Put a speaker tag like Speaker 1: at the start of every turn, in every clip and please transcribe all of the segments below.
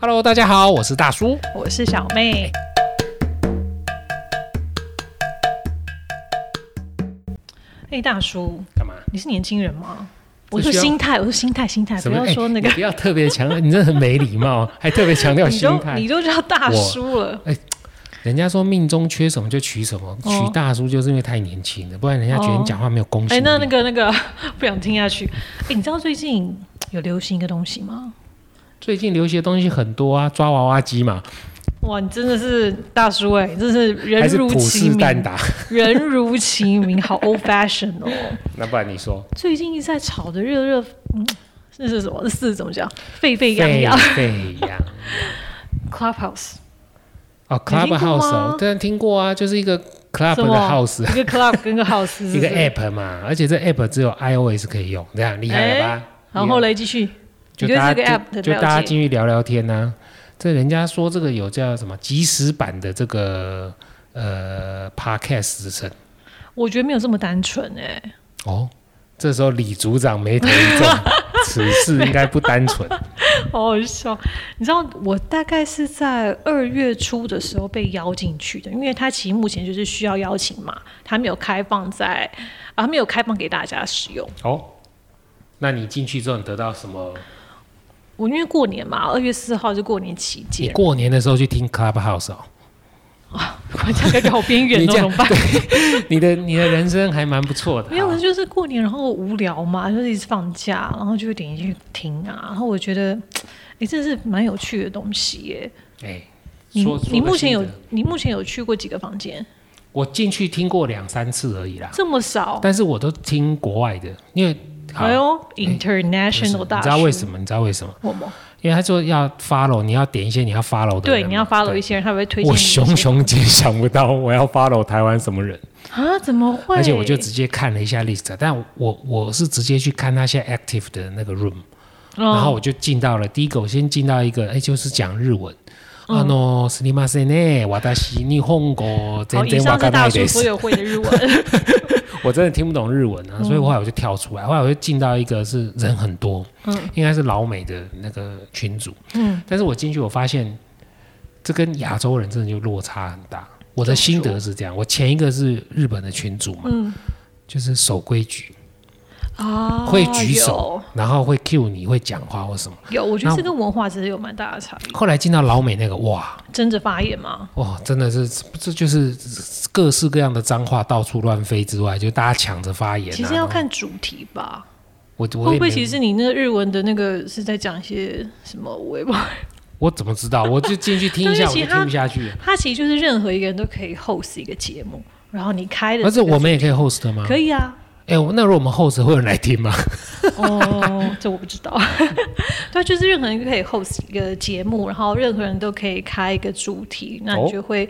Speaker 1: Hello，大家好，我是大叔。
Speaker 2: 我是小妹。哎、大叔，
Speaker 1: 干嘛？
Speaker 2: 你是年轻人吗？
Speaker 1: 不
Speaker 2: 我说
Speaker 1: 需要
Speaker 2: 心态，我说心态，心态，不要
Speaker 1: 哎
Speaker 2: 说那个
Speaker 1: 你，不要特别强调， 你真的很没礼貌，还特别强调
Speaker 2: 你
Speaker 1: 心
Speaker 2: 都
Speaker 1: 态
Speaker 2: 你。都叫大叔了。
Speaker 1: 人家说命中缺什么就娶什么，
Speaker 2: 哦
Speaker 1: 娶大叔就是因为太年轻了，不然人家觉得你讲话没有公
Speaker 2: 哎、
Speaker 1: 信力。
Speaker 2: 那那个那个， 不想听下去。哎、你知道最近有流行一个东西吗？
Speaker 1: 最近流行的东西很多啊，抓娃娃机嘛，
Speaker 2: 哇，你真的是大叔哎、真是人
Speaker 1: 还是
Speaker 2: 如
Speaker 1: 普
Speaker 2: 其
Speaker 1: 世蛋
Speaker 2: 名，
Speaker 1: 打。
Speaker 2: 人如其名，好 old fashion 哦。
Speaker 1: 那不然你说，
Speaker 2: 最近一直在吵着热热，嗯，这是什么？这是怎么讲？沸沸扬
Speaker 1: 沸
Speaker 2: 扬
Speaker 1: 沸扬。
Speaker 2: ，Clubhouse。
Speaker 1: 哦
Speaker 2: 你听过
Speaker 1: ，Clubhouse，
Speaker 2: 吗
Speaker 1: 哦当然听过啊，就是一个 Club
Speaker 2: 什
Speaker 1: 的
Speaker 2: 么
Speaker 1: House，
Speaker 2: 一个 club 跟个 house，
Speaker 1: 一个
Speaker 2: 是不是
Speaker 1: App 嘛，而且这 App 只有 iOS 可以用，这样厉害了吧？
Speaker 2: 然后嘞，继续，
Speaker 1: 就
Speaker 2: 你对
Speaker 1: 大
Speaker 2: 这个
Speaker 1: 家
Speaker 2: app 的
Speaker 1: 就大家
Speaker 2: 了解
Speaker 1: 进去聊聊天呐、这人家说这个有叫什么即时版的这个呃 podcast 之称
Speaker 2: 我觉得没有这么单纯哎、
Speaker 1: 哦。这时候李组长眉头 一皱，此事应该不单纯。
Speaker 2: 好好笑。你知道，我大概是在二月初的时候被邀进去的，因为它其实目前就是需要邀请嘛，它没有开放在啊，它没有开放给大家使用。
Speaker 1: 哦，那你进去之后你得到什么？
Speaker 2: 我因为过年嘛，二月四号是过年期
Speaker 1: 你
Speaker 2: 间，
Speaker 1: 过年的时候去听 Clubhouse 哦，
Speaker 2: 我这样感觉好边 缘
Speaker 1: 你
Speaker 2: 哦，
Speaker 1: 这
Speaker 2: 怎
Speaker 1: 样
Speaker 2: 么办？
Speaker 1: 你的你的人生还蛮不错的。
Speaker 2: 没有，
Speaker 1: 好
Speaker 2: 就是过年，然后无聊嘛，就是一直放假，然后就会点进去听啊。然后我觉得，哎，这是蛮有趣的东西耶。
Speaker 1: 哎，
Speaker 2: 你
Speaker 1: 说说
Speaker 2: 你
Speaker 1: 个
Speaker 2: 目
Speaker 1: 心
Speaker 2: 前有
Speaker 1: 得
Speaker 2: 你目前有去过几个房间？
Speaker 1: 我进去听过两三次而已啦，
Speaker 2: 这么少？
Speaker 1: 但是我都听国外的，因为好
Speaker 2: 哦哎呦
Speaker 1: 不是
Speaker 2: ，international 大
Speaker 1: 你知道为
Speaker 2: 么？
Speaker 1: 什么？你知道为什么？
Speaker 2: 我吗？
Speaker 1: 因为他说要 follow，你要点一些你要 follow 的
Speaker 2: 对，
Speaker 1: 人
Speaker 2: 你要
Speaker 1: 嘛
Speaker 2: follow
Speaker 1: 对
Speaker 2: 一些人，他会推荐
Speaker 1: 我
Speaker 2: 你一些
Speaker 1: 熊熊姐想不到我要 follow 台湾什么人，
Speaker 2: 啊？怎么会？
Speaker 1: 而且我就直接看了一下 list，但啊我我是直接去看他现在 active 的那个 room，、然后
Speaker 2: 哦，
Speaker 1: 我就进到了第一个，我先进到一个，哎，就是讲日文。
Speaker 2: 哦
Speaker 1: 啊诺，斯里马塞内，瓦达西尼红国，
Speaker 2: 好，
Speaker 1: 真
Speaker 2: 哦以
Speaker 1: 真瓦
Speaker 2: 上
Speaker 1: 嘎
Speaker 2: 是大
Speaker 1: 奈
Speaker 2: 叔
Speaker 1: 德
Speaker 2: 所
Speaker 1: 斯，
Speaker 2: 有会的 日文。
Speaker 1: 我真的听不懂日文
Speaker 2: 嗯
Speaker 1: 啊，所以后来我就跳出来，后来我就进到一个是人很多，
Speaker 2: 嗯
Speaker 1: 应该是老美的那个群组，
Speaker 2: 嗯，
Speaker 1: 但是我进去我发现，这跟亚洲人真的就落差很大。我的心得是这样，我前一个是日本的群主嘛，
Speaker 2: 嗯
Speaker 1: 就是守规矩，
Speaker 2: 啊，
Speaker 1: 会举手，然后会 cue 你，会讲话或什么。
Speaker 2: 有。有，我觉
Speaker 1: 那哦
Speaker 2: 得这跟文化其实有蛮大的差异。
Speaker 1: 后来进到老美那个，哇
Speaker 2: 争着发言嘛，
Speaker 1: 哇，真的是这就是各式各样的脏话到处乱飞之外，就大家抢着发言、啊。
Speaker 2: 其实要看主题吧。
Speaker 1: 我我
Speaker 2: 会
Speaker 1: 也
Speaker 2: 不
Speaker 1: 没
Speaker 2: 会其实你那个日文的那个是在讲一些什么？我也不，
Speaker 1: 我怎么知道？我就进去 听一下，
Speaker 2: 但
Speaker 1: 我
Speaker 2: 是其
Speaker 1: 就
Speaker 2: 他
Speaker 1: 听不下去了。
Speaker 2: 它其实就是任何一个人都可以 host 一个节目，然后你开的
Speaker 1: 而且
Speaker 2: 这个
Speaker 1: 我们也可以 host 吗？
Speaker 2: 可以 啊。
Speaker 1: 哎、那如果我们 host 会有人来听吗？
Speaker 2: 哦，这我不知道。 对，就是任何人可以 host 一个节目，然后任何人都可以开一个主题，那
Speaker 1: 哦
Speaker 2: 你就会。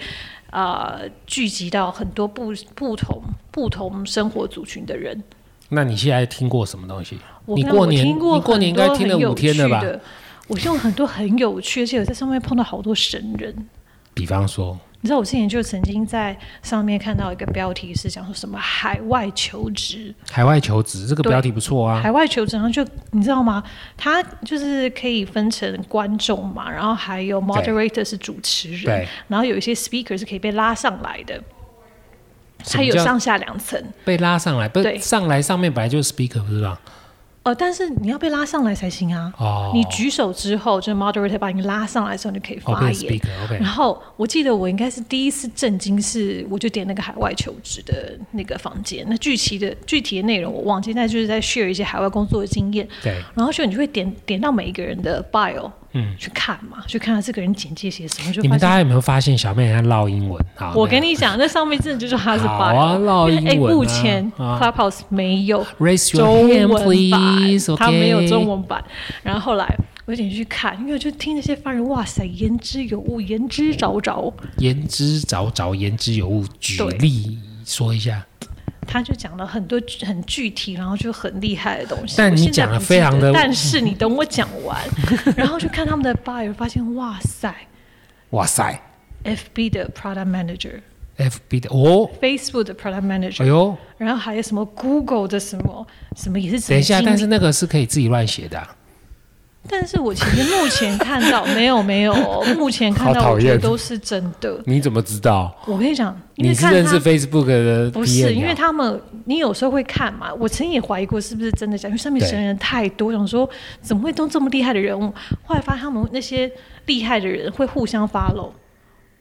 Speaker 2: 呃，聚集到很多不不同不同生活族群的人。
Speaker 1: 那你现在听过什么东西？
Speaker 2: 我
Speaker 1: 你
Speaker 2: 看
Speaker 1: 过
Speaker 2: 我
Speaker 1: 年
Speaker 2: 听过
Speaker 1: 你过年应该
Speaker 2: 很多
Speaker 1: 听了
Speaker 2: 很
Speaker 1: 五
Speaker 2: 有
Speaker 1: 天了
Speaker 2: 趣
Speaker 1: 吧
Speaker 2: 的？我用很多很有趣，而且我在上面碰到好多神人。
Speaker 1: 比方说，
Speaker 2: 你知道我之前就曾经在上面看到一个标题是讲说什么海外求职，
Speaker 1: 海外求职这个
Speaker 2: 对
Speaker 1: 标题不错啊，
Speaker 2: 海外求职，然后就你知道吗？它就是可以分成观众嘛，然后还有 moderator 是主持人，
Speaker 1: 对，
Speaker 2: 然后有一些 speaker 是可以被拉上来的，
Speaker 1: 什
Speaker 2: 它
Speaker 1: 么
Speaker 2: 有
Speaker 1: 叫
Speaker 2: 上下两层。
Speaker 1: 被拉上来，不是
Speaker 2: 对
Speaker 1: 上来上面本来就是 speaker 不是吧？
Speaker 2: 哦，但是你要被拉上来才行啊！
Speaker 1: 哦，
Speaker 2: 你举手之后，就是 moderator 把你拉上来之后，你就可以
Speaker 1: 哦
Speaker 2: 发
Speaker 1: 变
Speaker 2: 言。
Speaker 1: speaker OK，
Speaker 2: 然后我记得我应该是第一次震惊，是我就点那个海外求职的那个房间，那具体的具体的内容我忘记，但就是在 share 一些海外工作的经验。
Speaker 1: 对，
Speaker 2: 然后就你就会点点到每一个人的 bio，
Speaker 1: 嗯
Speaker 2: 嗯，去看嘛，去看他这个人简介写什么，就
Speaker 1: 你
Speaker 2: 发
Speaker 1: 们大
Speaker 2: 现。
Speaker 1: 家有没有发现小妹在唠英文？好，
Speaker 2: 我跟你讲，那上面真的就是他是 bio，
Speaker 1: 好啊唠
Speaker 2: 因为
Speaker 1: 英文啊
Speaker 2: 哎目前
Speaker 1: 啊
Speaker 2: Clubhouse 没有
Speaker 1: raise your
Speaker 2: 中
Speaker 1: hand
Speaker 2: 文版
Speaker 1: please，
Speaker 2: 它没有中
Speaker 1: OK。
Speaker 2: 文版。然后后来我点去看，因为我就听那些发人，哇塞，言之有物，言之凿凿。
Speaker 1: 言之凿凿，言之有物。举
Speaker 2: 对
Speaker 1: 例说一下，
Speaker 2: 他就讲了很多具很具体，然后就很厉害的东西。
Speaker 1: 但
Speaker 2: 我
Speaker 1: 你
Speaker 2: 现在
Speaker 1: 讲得
Speaker 2: 不记得
Speaker 1: 非常地
Speaker 2: 但是你等我讲 完，然后就看他们的 bio，发现哇塞
Speaker 1: 哇塞
Speaker 2: ，FB 的 product manager。
Speaker 1: ，FB 的哦，
Speaker 2: Facebook 的 Product
Speaker 1: 哎
Speaker 2: Manager，、
Speaker 1: 呦，
Speaker 2: 然后还有什么 Google 的什么什么也是什么
Speaker 1: 等一下，
Speaker 2: 经理
Speaker 1: 但是那个是可以自己乱写的啊、
Speaker 2: 但是我其实目前看到没有没有，目前看
Speaker 1: 好
Speaker 2: 到
Speaker 1: 讨
Speaker 2: 我觉得
Speaker 1: 厌
Speaker 2: 都是真的。
Speaker 1: 你怎么知道？
Speaker 2: 我跟你讲，因为
Speaker 1: 你是
Speaker 2: 看
Speaker 1: 认
Speaker 2: 他
Speaker 1: 识 Facebook 的啊 PM
Speaker 2: 不是，因为
Speaker 1: 呀
Speaker 2: 他们，你有时候会看嘛。我曾经也怀疑过是不是真的假，因为上面
Speaker 1: 对
Speaker 2: 神人太多，想说怎么会都这么厉害的人物。后来发现他们那些厉害的人会互相 follow，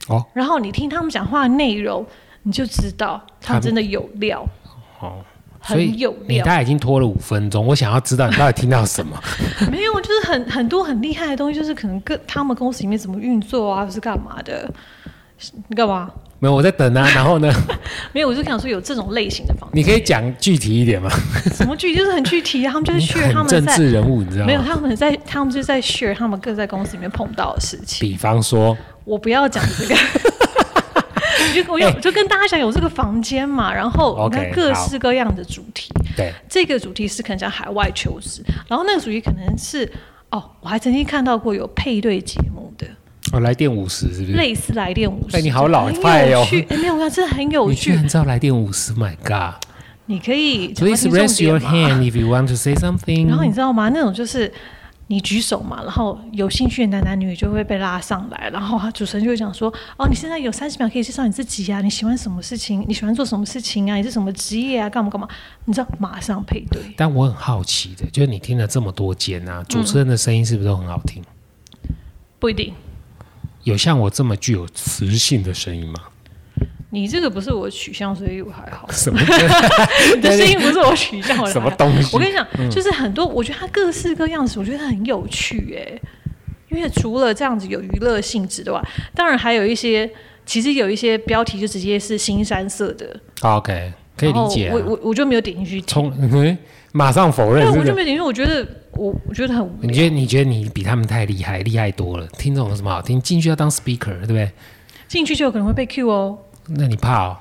Speaker 1: 哦，
Speaker 2: 然后你听他们讲话的内容，你就知道他们真的有 料，
Speaker 1: 哦，所以
Speaker 2: 很有
Speaker 1: 你
Speaker 2: 料
Speaker 1: 大。概已经拖了五分钟，我想要知道你到底听到什么。
Speaker 2: 没有，就是很很多很厉害的东西，就是可能跟他们公司里面怎么运作啊，是干嘛的。你干嘛？
Speaker 1: 没有，我在等 啊。然后呢，
Speaker 2: 没有，我就想说有这种类型的房，
Speaker 1: 你可以讲具体一点吗？
Speaker 2: 什么具体就是很具体啊，他们就是
Speaker 1: 你
Speaker 2: s h 他
Speaker 1: 很
Speaker 2: 们
Speaker 1: 政
Speaker 2: 在
Speaker 1: 治人物，你知道
Speaker 2: 没有，
Speaker 1: 吗？
Speaker 2: 他们在，他们就在 share 他们各在公司里面碰到的事情。
Speaker 1: 比方说，
Speaker 2: 我不要讲 这个，我就我有、就跟大家讲有这个房间嘛，然后
Speaker 1: OK，
Speaker 2: 你看各
Speaker 1: 好
Speaker 2: 式各样的主题。
Speaker 1: 对，
Speaker 2: 这个主题是可能叫海外求职，然后那个主题可能是哦，我还曾经看到过有配对节目的，
Speaker 1: 哦，来电五十是不是？
Speaker 2: 类似来电五十。
Speaker 1: 哎你好老
Speaker 2: 很有
Speaker 1: 派哦
Speaker 2: 趣哎没有，那真的很有
Speaker 1: 你居
Speaker 2: 趣。
Speaker 1: 然知道来电五十？My God！
Speaker 2: 你可以讲到
Speaker 1: Please
Speaker 2: 听众
Speaker 1: raise your
Speaker 2: 点嘛
Speaker 1: hand if you want to say something。
Speaker 2: 然后你知道吗？那种就是你举手嘛，然后有兴趣的男男女女就会被拉上来，然后主持人就会讲说：“哦，你现在有三十秒可以介绍你自己啊，你喜欢什么事情？你喜欢做什么事情啊？你是什么职业啊？干嘛干嘛？”你知道，马上配对。
Speaker 1: 但我很好奇的，就是你听了这么多间啊，主持人的声音是不是都很好听？
Speaker 2: 不一定，
Speaker 1: 有像我这么具有磁性的声音吗？
Speaker 2: 你这个不是我的取向，所以我还 好。
Speaker 1: 什么
Speaker 2: 你的声音不是我取向，我的 还
Speaker 1: 什么
Speaker 2: 好
Speaker 1: 东西
Speaker 2: 哦我跟你讲，
Speaker 1: 嗯
Speaker 2: 就是很多，我觉得它各式各样子，我觉得很有趣哎、因为除了这样子有娱乐性质的话，当然还有一些，其实有一些标题就直接是新山色的，
Speaker 1: ？OK，可以
Speaker 2: 然后
Speaker 1: 理解、啊
Speaker 2: 我。我我就没有点进去听，
Speaker 1: 从、 嗯马上否
Speaker 2: 对，啊
Speaker 1: 认
Speaker 2: 我
Speaker 1: 这
Speaker 2: 就
Speaker 1: 个。
Speaker 2: 没有点进去，我觉得我我觉得很无
Speaker 1: 你
Speaker 2: 聊。
Speaker 1: 觉得你觉得你比他们太厉害，厉害多了。听这种有什么好听？进去要当 speaker，对不对？
Speaker 2: 进去就有可能会被 Q 哦。
Speaker 1: 那你怕哦？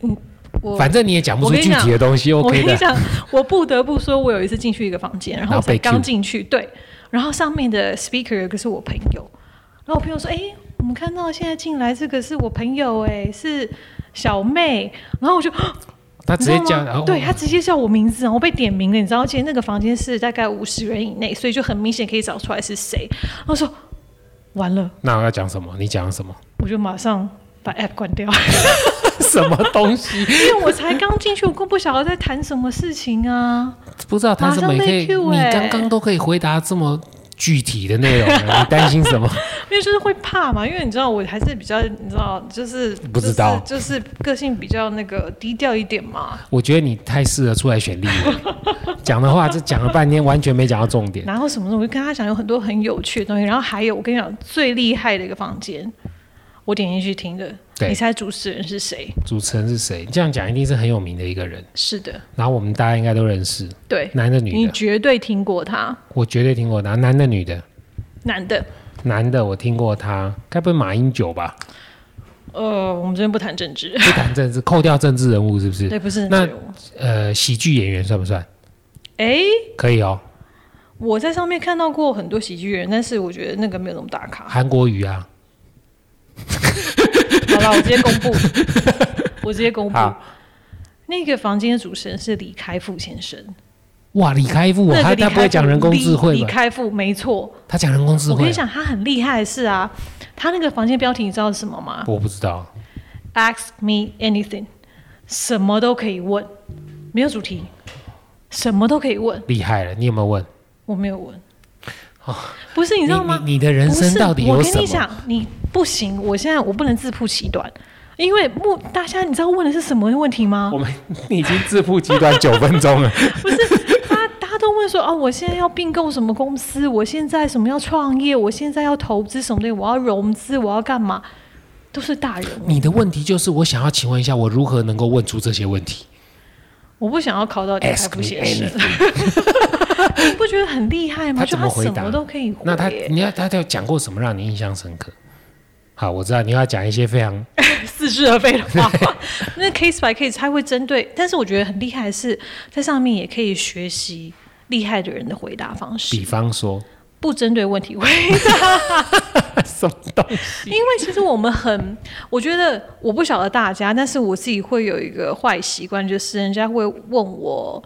Speaker 2: 嗯我
Speaker 1: 反正你也讲不
Speaker 2: 我
Speaker 1: 出
Speaker 2: 跟你
Speaker 1: 具体的东西
Speaker 2: 我
Speaker 1: ，OK
Speaker 2: 跟你
Speaker 1: 的。
Speaker 2: 讲，我不得不说，我有一次进去一个房间，然后我
Speaker 1: 然后
Speaker 2: 才
Speaker 1: 被 cue
Speaker 2: 刚进去，对，然后上面的 speaker 有一个是我朋友，然后我朋友说，哎，我们看到现在进来这个是我朋友，哎，是小妹，然后 我就
Speaker 1: 他直接
Speaker 2: 你知道
Speaker 1: 讲，
Speaker 2: 吗
Speaker 1: 哦
Speaker 2: 对他直接叫我名字，然后被点名了，你知道，而且那个房间是大概五十人以内，所以就很明显可以找出来是谁。然后说完了，
Speaker 1: 那我要讲什么？你讲什么？
Speaker 2: 我就马上把 app 关掉，
Speaker 1: 什么东西？
Speaker 2: 因为我才刚进去，我更不晓得在谈什么事情啊。
Speaker 1: 不知道他怎么也可以，
Speaker 2: 马上被 cue 欸
Speaker 1: 你刚刚都可以回答这么具体的内容了，你担心什么？
Speaker 2: 因为就是会怕嘛，因为你知道我还是比较，你知道就是
Speaker 1: 不知道
Speaker 2: 就是，就是个性比较那个低调一点嘛。
Speaker 1: 我觉得你太适合出来选立委， 讲的话就讲了半天，完全没讲到重点。
Speaker 2: 然后什么的，我就跟他讲有很多很有趣的东西。然后还有我跟你讲最厉害的一个房间，我点进去听的，
Speaker 1: 对
Speaker 2: 你猜主持人是谁？
Speaker 1: 主持人是谁？这样讲一定是很有名的一个人，
Speaker 2: 是的，
Speaker 1: 然后我们大家应该都认识，
Speaker 2: 对，
Speaker 1: 男的女
Speaker 2: 你
Speaker 1: 的，
Speaker 2: 绝对听过他，
Speaker 1: 我绝对听过他，男的女的，
Speaker 2: 男的。
Speaker 1: 男的我听过他，该不会马英九 吧？
Speaker 2: 呃，我们这边不谈政治，
Speaker 1: 不谈政治，扣掉政治人物是不是？
Speaker 2: 对，不是
Speaker 1: 那
Speaker 2: 政治人物
Speaker 1: 呃，喜剧演员算不算？
Speaker 2: 哎，
Speaker 1: 可以哦，
Speaker 2: 我在上面看到过很多喜剧人，但是我觉得那个没有那么大咖。
Speaker 1: 韩国瑜啊，
Speaker 2: 好了，我直接公 布，我直接公布
Speaker 1: 好。
Speaker 2: 那个房间的主持人是李开复先生，
Speaker 1: 哇，李开复、
Speaker 2: 那
Speaker 1: 啊，
Speaker 2: 个
Speaker 1: 他
Speaker 2: 李开
Speaker 1: 他
Speaker 2: 复
Speaker 1: 不会讲人工智慧
Speaker 2: 李李
Speaker 1: 吧？
Speaker 2: 开复没错，
Speaker 1: 他讲人工智
Speaker 2: 我跟
Speaker 1: 慧啊
Speaker 2: 你，讲，他很厉害的是啊，他那个房间标题你知道是什么吗
Speaker 1: 我不知道。
Speaker 2: ？Ask me anything，什么都可以问，没有主题，什么都可以问。
Speaker 1: 厉害了，你有没有问？
Speaker 2: 我没有问，不是你知道吗？
Speaker 1: 哦你你的人
Speaker 2: 不
Speaker 1: 生
Speaker 2: 是，
Speaker 1: 到底有
Speaker 2: 我
Speaker 1: 什
Speaker 2: 跟你
Speaker 1: 么？
Speaker 2: 讲，你不行，我现在我不能自曝其短，因为目大家你知道问的是什么问题吗？
Speaker 1: 我们你已经自曝其短九分钟了，
Speaker 2: 不是，他大家都问说哦，我现在要并购什么公司？我现在什么要创业？我现在要投资什么东西？我要融资？我要干嘛？都是大人物，
Speaker 1: 你的问题就是我想要请问一下，我如何能够问出这些问题
Speaker 2: 我不想要考到李开
Speaker 1: ？Ask
Speaker 2: 复
Speaker 1: me
Speaker 2: 先生，
Speaker 1: anything。
Speaker 2: 你不觉得很厉害吗？
Speaker 1: 他
Speaker 2: 就
Speaker 1: 怎
Speaker 2: 他
Speaker 1: 么回
Speaker 2: 什
Speaker 1: 答
Speaker 2: 么都可以回耶。
Speaker 1: 那他你要他他有讲过什么让你印象深刻？好，我知道你要讲一些非常
Speaker 2: 似是而非的话， 那 case by case 他会针对，但是我觉得很厉害的是，在上面也可以学习厉害的人的回答方
Speaker 1: 比
Speaker 2: 式，
Speaker 1: 方说
Speaker 2: 不针对问题回
Speaker 1: 什么东西
Speaker 2: 因为其实我们很，我觉得我不晓得大家，但是我自己会有一个坏习惯，就是人家会问我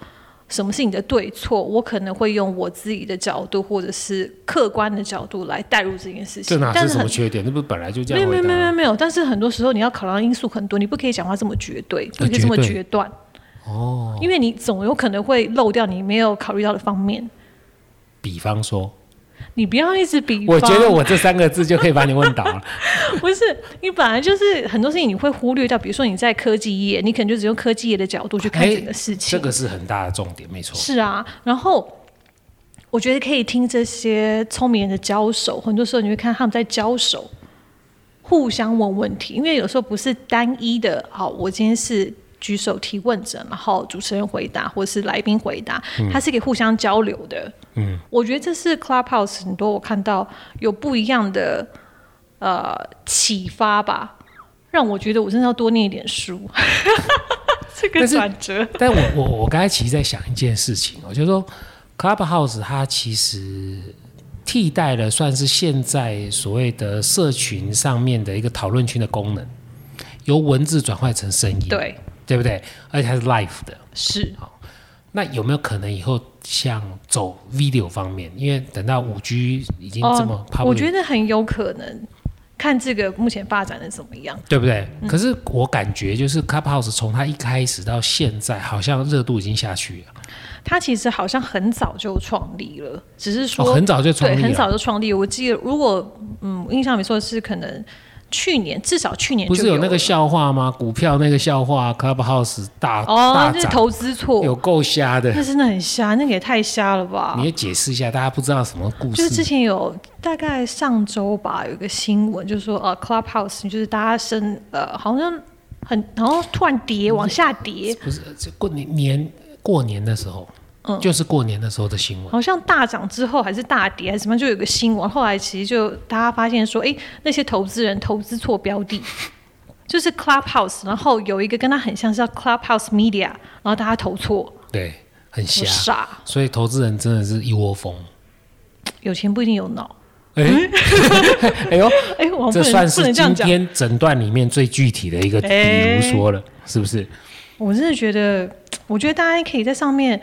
Speaker 2: 什么是你的对错，我可能会用我自己的角度或者是客观的角度来带入这件事
Speaker 1: 这
Speaker 2: 情。
Speaker 1: 哪
Speaker 2: 但
Speaker 1: 是
Speaker 2: 是
Speaker 1: 什么
Speaker 2: 很
Speaker 1: 缺点？那不是本来就这
Speaker 2: 没
Speaker 1: 样
Speaker 2: 有
Speaker 1: 回
Speaker 2: 没有没有没
Speaker 1: 答
Speaker 2: 有没有，但是很多时候你要考量的因素很多，你不可以讲话这么绝对，不
Speaker 1: 呃
Speaker 2: 可以这么
Speaker 1: 绝对
Speaker 2: 决断，
Speaker 1: 哦。
Speaker 2: 因为你总有可能会漏掉你没有考虑到的方面。
Speaker 1: 比方说，
Speaker 2: 你不要一直比方，
Speaker 1: 我觉得我这三个字就可以把你问倒了。
Speaker 2: 不是你本来就是很多事情你会忽略掉，比如说你在科技业，你可能就只用科技业的角度去看
Speaker 1: 哎
Speaker 2: 整个事情。
Speaker 1: 这个是很大的重点，没错。
Speaker 2: 是啊，然后我觉得可以听这些聪明人的交手，很多时候你会看他们在交手，互相问问题，因为有时候不是单一的。好，我今天是举手提问者，然后主持人回答，或是来宾回答，
Speaker 1: 嗯
Speaker 2: 它是可以互相交流的。嗯，我觉得这是 Clubhouse 很多我看到有不一样的呃启发吧，让我觉得我真的要多念一点书。 这个
Speaker 1: 但是
Speaker 2: 转折，
Speaker 1: 但我我我刚才其实在想一件事情哦，就是说 Clubhouse 它其实替代了算是现在所谓的社群上面的一个讨论区的功能，由文字转换成声音，
Speaker 2: 对，
Speaker 1: 对不对？而且它是 live 的。
Speaker 2: 是
Speaker 1: 那有没有可能以后像走 video 方面？因为等到五 G 已经这么 p u b
Speaker 2: 我觉得很有可能，看这个目前发展的怎么样。
Speaker 1: 对不对？
Speaker 2: 嗯
Speaker 1: 可是我感觉就是 Clubhouse 从它一开始到现在，好像热度已经下去了，
Speaker 2: 它其实好像很早就创立了，只是说、
Speaker 1: 哦，很早就创立
Speaker 2: 对
Speaker 1: 了，
Speaker 2: 很早就创立。我记得如果嗯印象没错是可能去年至少去年
Speaker 1: 不是
Speaker 2: 就
Speaker 1: 有那个
Speaker 2: 了
Speaker 1: 笑话吗？股票那个笑话，Clubhouse 大、
Speaker 2: 哦，
Speaker 1: 大
Speaker 2: 那是
Speaker 1: 涨，
Speaker 2: 投资错，
Speaker 1: 有够瞎的。
Speaker 2: 那真的很瞎，那个也太瞎了吧
Speaker 1: 你！也解释一下，大家不知道什么故
Speaker 2: 就是之
Speaker 1: 事。
Speaker 2: 前有大概上周吧，有一个新闻，就是说呃，Clubhouse 就是大家升呃，好像很，然后突然跌往下跌，
Speaker 1: 不是这过年年过年的时候，
Speaker 2: 嗯
Speaker 1: 就是过年的时候的新闻。
Speaker 2: 好像大涨之后还是大跌还是什么，就有个新闻。后来其实就大家发现说，哎，那些投资人投资错标的，就是 Clubhouse，然后有一个跟他很像是叫 Clubhouse Media，然后大家投错，
Speaker 1: 对，很
Speaker 2: 我
Speaker 1: 瞎。
Speaker 2: 傻，
Speaker 1: 所以投资人真的是一窝蜂。
Speaker 2: 有钱不一定有脑。
Speaker 1: 哎，哎呦，
Speaker 2: 哎，嗯 我不
Speaker 1: 这
Speaker 2: 能
Speaker 1: 算
Speaker 2: 不
Speaker 1: 是
Speaker 2: 能这样
Speaker 1: 今
Speaker 2: 讲，
Speaker 1: 天诊断里面最具体的一个比
Speaker 2: 哎
Speaker 1: 如说了，是不是？
Speaker 2: 我真的觉得，我觉得大家可以在上面。